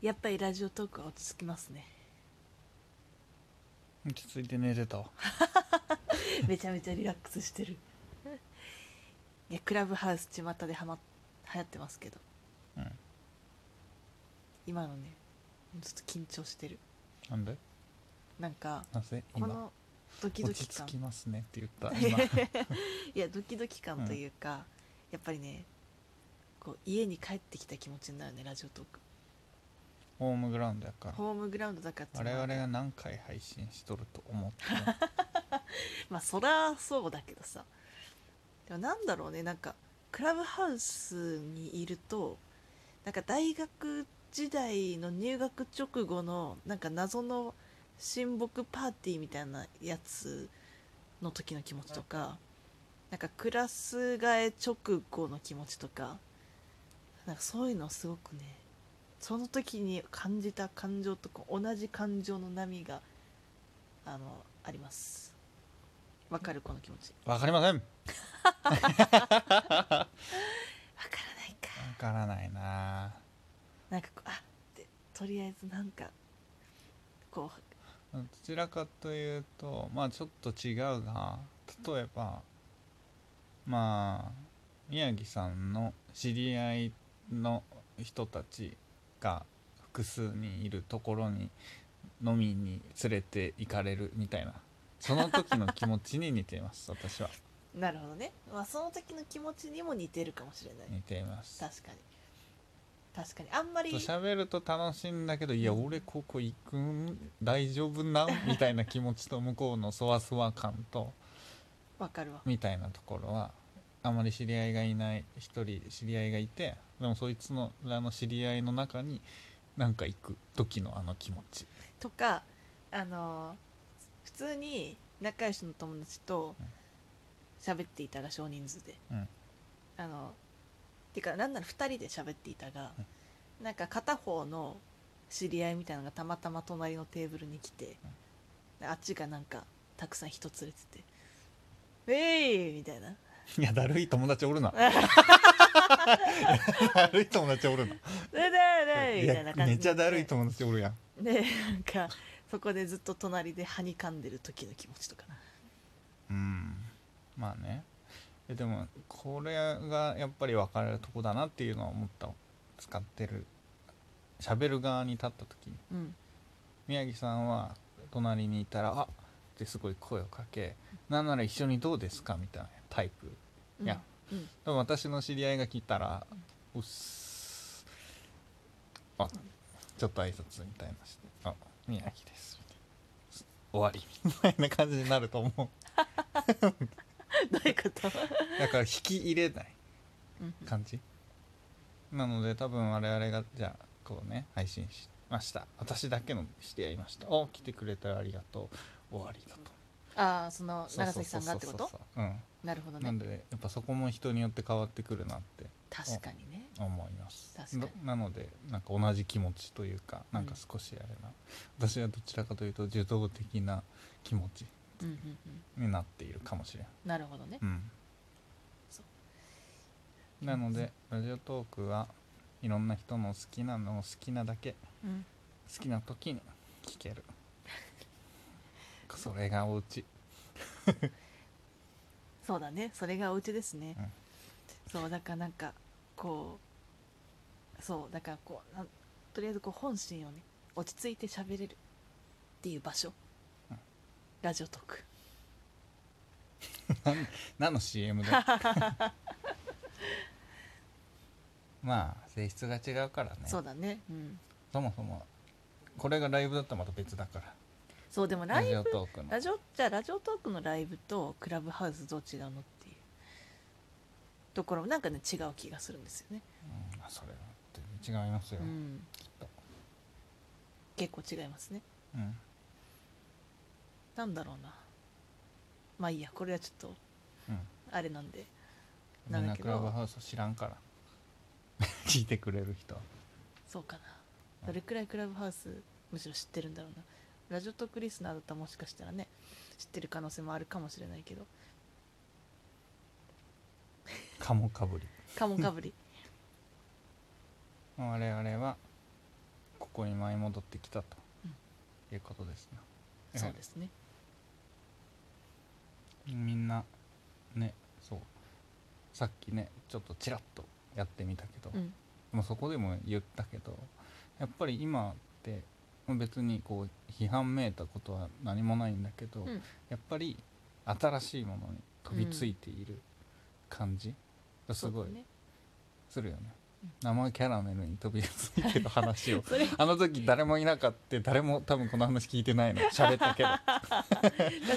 やっぱりラジオトークは落ち着きますね落ち着いて寝てたわめちゃめちゃリラックスしてる いやクラブハウス巷ではま流行ってますけどうん今のねちょっと緊張してるなんでなんかなぜこ今のドキド落キち着感きますねって 言った今いやドキドキ感というか、やっぱりねこう家に帰ってきた気持ちになるねラジオトークホームグラウンドやから ホームグラウンドだからっていう我のは々が何回配信しとると思って まあそらそうだけどさでもなんだろうねなんかクラブハウスにいるとなんか大学時代の入学直後のなんか謎の親睦パーティーみたいなやつの時の気持ちとかなんかクラス替え直後の気持ちとかなんかそういうのすごくねその時に感じた感情とか同じ感情の波があのありますわかるこの気持ちわかりませんわわからないかからないななんかこうあってとりあえずなんかこどちらかというとまあちょっと違うが例えばまあ宮城さんの知り合いの人たちが複数にいるところに飲みに連れて行かれるみたいなその時の気持ちに似ていま す私はうなるほどね、まあ、その時の気持ちにも似てるかもしれない似ています確かに確かにあんまりちょっと喋ると楽しいんだけどいや俺ここ行くん大丈夫なんみたいな気持ちと向こうのそわそわ感とわかるわみたいなところはあまり知り合いがいない一人知り合いがいてでもそいつのあの知り合いの中になんか行く時のあの気持ち とかあのー普通に仲良しの友達とうん喋っていたが少人数で、うんあのてかなんなら2人で喋っていたが、うなんか片方の知り合いみたいなのがたまたま隣のテーブルに来て、であっちがなんかたくさん人連れてて「ウェイ!」みたいないやだるい友達おる なだるい友達おる「なウェイだいみたいなや感じめっちゃだるい友達おるやんでなんかそこでずっと隣ではにかんでる時の気持ちとかうんまあねえでもこれがやっぱり分かれるとこだなっていうのは思った使ってる喋る側に立った時にうん宮城さんは隣にいたら「あっ!」てすごい声をかけなんなら一緒にどうですかみたいなタイプうんいやうんでも私の知り合いが聞いたら「うっすあちょっと挨拶みたいなして「あ宮城です」みたいなす終わりみたいな感じになると思うどういうことだから引き入れないうん感じなので多分我々がじゃあこうね配信しました私だけのしてやりましたお来てくれたらありがとう終わりだとああその長崎さんがってそうこそうとそうそううんなるほどねなんでやっぱそこも人によって変わってくるなって確かにね思います確かにどなのでなんか同じ気持ちというかなんか少しあれな、私はどちらかというと受動的な気持ちうんうんうんになっているかもしれないなるほどねうんそなのでラジオトークはいろんな人の好きなのを好きなだけうん好きな時に聞ける それがおうちそうだねそれがお家ですねうんそうだからなんかこうそうだからこうなんとりあえずこう本心をね落ち着いて喋れるっていう場所うんラジオトーク何の CM でまあ性質が違うからねそうだねうんそもそもこれがライブだったらまた別だからそうでもラライジブオトークのラジオじゃあラジオトークのライブとクラブハウスどう違うのっていうところもなんかね違う気がするんですよねうんまあそれは全然違いますよ、うんきっと、結構違いますねうん、なんだろうなまあいいやこれはちょっとうんあれなんでなみんだんなけクどラブハウス知らんから 聞いてくれる人はそうかなどれくらいクラブハウスむしろ知ってるんだろうなラジオトークリスナーだったらもしかしたらね知ってる可能性もあるかもしれないけどカモかぶりカモンかぶり我々はこここに舞い戻ってきたとうんいうことですね。そうですねみんなねそうさっきねちょっとちらっとやってみたけど、うんもうそこでも言ったけどやっぱり今って別にこう批判めいたことは何もないんだけど、うんやっぱり新しいものに飛びついている感じがすごいそうだねするよねうん。生キャラメルに飛びついてる話をそれあの時誰もいなかった誰も多分この話聞いてないの喋ったけど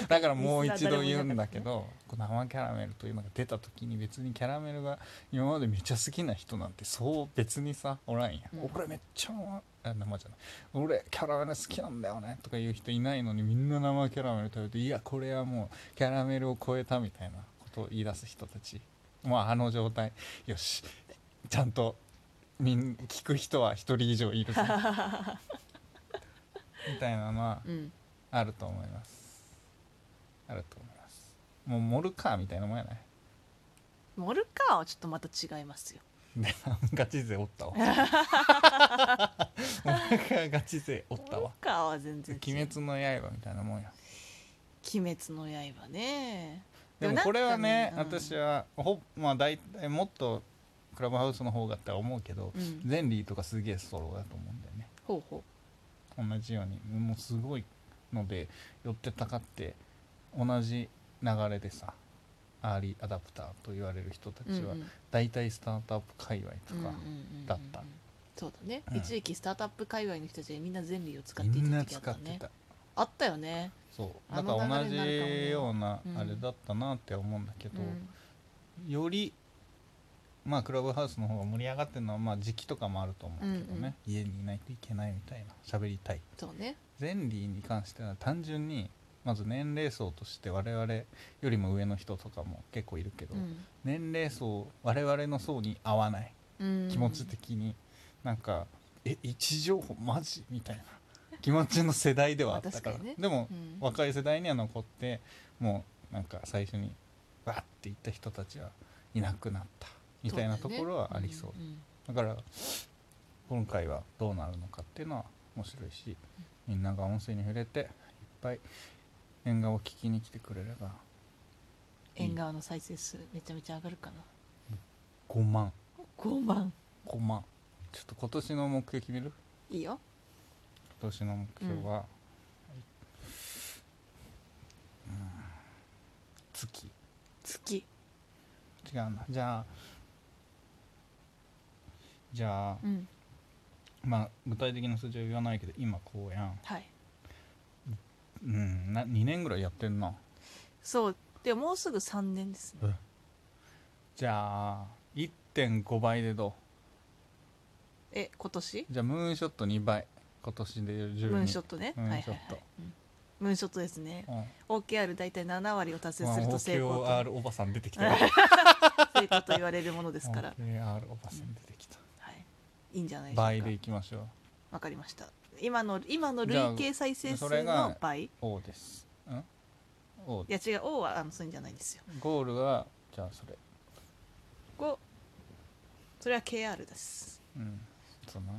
だからもう一度言うんだけど、この生キャラメルというのが出た時に別にキャラメルが今までめっちゃ好きな人なんてそう別にさおらんや、うん俺めっちゃ生あ生じゃない俺キャラメル好きなんだよねとか言う人いないのにみんな生キャラメル食べていやこれはもうキャラメルを超えたみたいなことを言い出す人たちまああの状態よしちゃんとみん聞く人は一人以上 いるぞみたいなのはうんあると思いますあると思いますもうモルカーみたいなもんやないモルカーはちょっとまた違いますよでガチ勢おった わモルカーガチ勢おっモたルわカーは全然鬼違う滅の刃みたいなもんや鬼滅の刃ねでもこれはでねもなんかねうん私はほまあ大体もっとクラブハウスの方がって思うけど、うんゼンリーとかすげえソロだと思うんだよねほうほ同じようにもうすごいので寄ってたかって同じ流れでさアーリーアダプターと言われる人たう、うんうちはん大体スタートアップ界隈とうんうんうかんうんだったそうだね、うん一時期スタートアップ界隈の人たちみんなゼンリーを使ってみいんたな時期使あっったてねたあったよねそうなあんのか同流れになるかもねじようなうんあれだったなって思うんだけどうんよりまあクラブハウスの方が盛り上がってるのはまあ時期とかもあると思うけどね家にいないといけないみたいな喋りたいそうねゼンリーに関しては単純にまず年齢層として我々よりも上の人とかも結構いるけど、うん年齢層我々の層に合わないうん気持ち的になんか「え位置情報マジ?」みたいな 気持ちの世代ではあったからまあ確かにねでもうん若い世代には残ってもうなんか最初にわーっていった人たちはいなくなったみたいなところはありそうだよねだから今回はどうなるのかっていうのは面白いしみんなが音声に触れていっぱい縁側を聞きに来てくれればうん縁側の再生数めちゃめちゃ上がるかな5万5万5万ちょっと今年の目標決めるいいよ今年の目標は、うん月月違うなじゃあじゃあ、うんまあ具体的な数字は言わないけど今こうやんはいうんな2年ぐらいやってんなそうでももうすぐ3年ですねじゃあ1.5倍でどえ今年うじゃあムーンショット2倍今年で12ムーンショットねムーンショットはいはいはいうんムーンショットですねうん OKR 大体7割を達成すると成功と OKR おばさん出てきた よ成功と言われるものですから OKR おばさん出てきた、はいいいんじゃないでしょうか倍でいきましょうわかりました今の今の累計再生数じゃあそれがの倍い O です。ん ?O や違う O はあのそういうんじゃないんですよゴールがじゃあそれ。 5それは KR ですうん。そうな。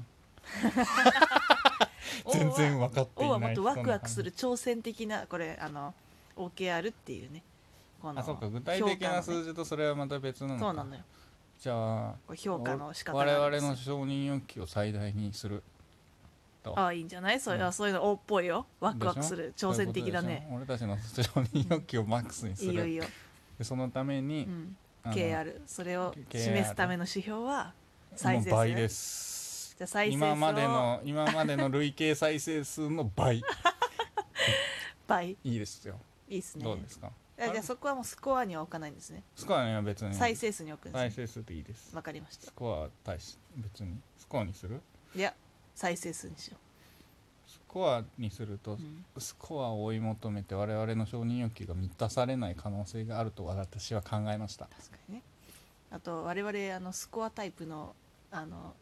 O は 全然分かっていない。 O はもっとワクワクする人挑戦的なこれあの OKR っていうねこの話。あ、そうか。具体的な数字とそれはまた別なの字か。そうなのよじゃあ、これ評価の仕方があ我るん々ですよの承認欲求を最大にする。とああいいんじゃないそれうはんそういうの O っぽいよワクワクするでしょ挑戦的だねそういうことでしょ俺たちの承認欲求をマックスにすいいよいいよ、る。でそのためにう、ん、あの KR それを KR 示すための指標は再生数もう倍です。じゃあ再生数を今までの今までの累計再生数の倍い倍いいですよ。いですねどうですか。あじゃあそこはもうスコアには置かないんですねスコアには別に再生数に置くん再ですね生数でいいですわかりましたスコアは大し別にスコアにするいや再生数にしよスコアにするう、とう、ん、スコアを追い求めて我々の承認欲求が満たされない可能性があると私は考えました確かにねあと我々あのスコアタイプのあの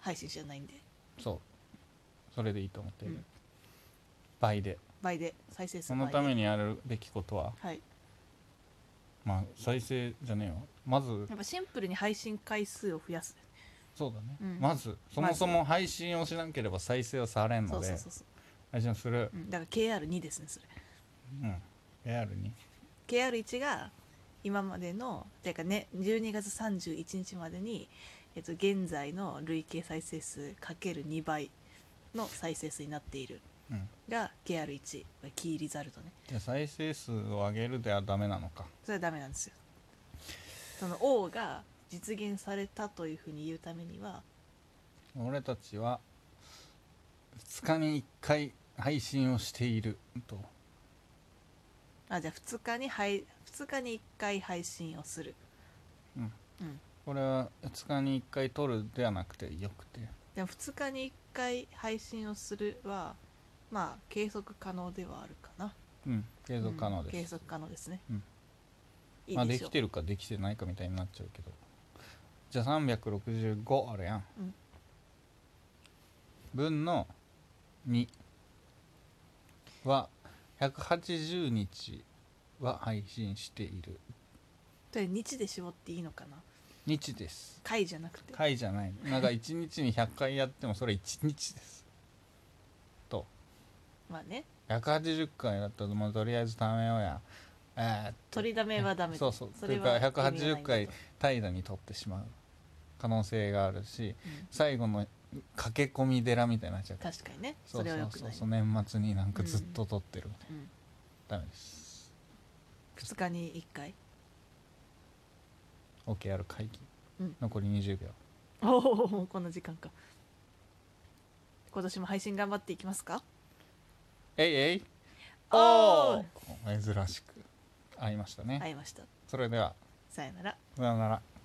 配信じゃないんでそうそれでいいと思っている、うん倍で倍で再生数そ倍でのためにやるべきことははいまあ再生じゃねえよまずやっぱシンプルに配信回数を増やすそうだね、うんまずそもそも配信をしなければ再生はされんそのうそうでそうそう、配信をするうん、だから KR2 ですねそれうん、AR に KR1 が今までのてかね12月31日までに、えっと、現在の累計再生数 ×2 倍の再生数になっているうんが KR1 キーリザルトねじゃあ再生数を上げるではダメなのかそれはダメなんですよその王が実現されたというふうに言うためには俺たちは2日に1回配信をしているとあじゃあ2日に配2日に1回配信をするうんうんこれは2日に1回撮るではなくてよくてでも2日に1回配信をするはまあ計測可能ではあるかなうん継続可能うん計です、測可能ですね、うんいまあいででしょきう、てるかできてないかみたいになっちゃうけどじゃあ365あるやん、うん分の2は180日は配信しているで日で絞っていいのかな日です回じゃなくて回じゃないなんか1日に100回やってもそれ1日ですとまあね180回だったらもうとりあえず貯めようやえーっと取りだめはダメそうそうそといれうかは意180味が回ないんだと怠惰に取ってしまう可能性があるしうん最後の駆け込み寺みたいになっちゃう確かにねそそうれそはようくそなういそう年末になんかずっと取ってるみたいうんな、ダメです2日に1回 OKR 会議、うん残り20秒おおこんな時間か今年も配信頑張っていきますかえいえいおーー珍しく会いましたね、会いましたそれではさよならさようなら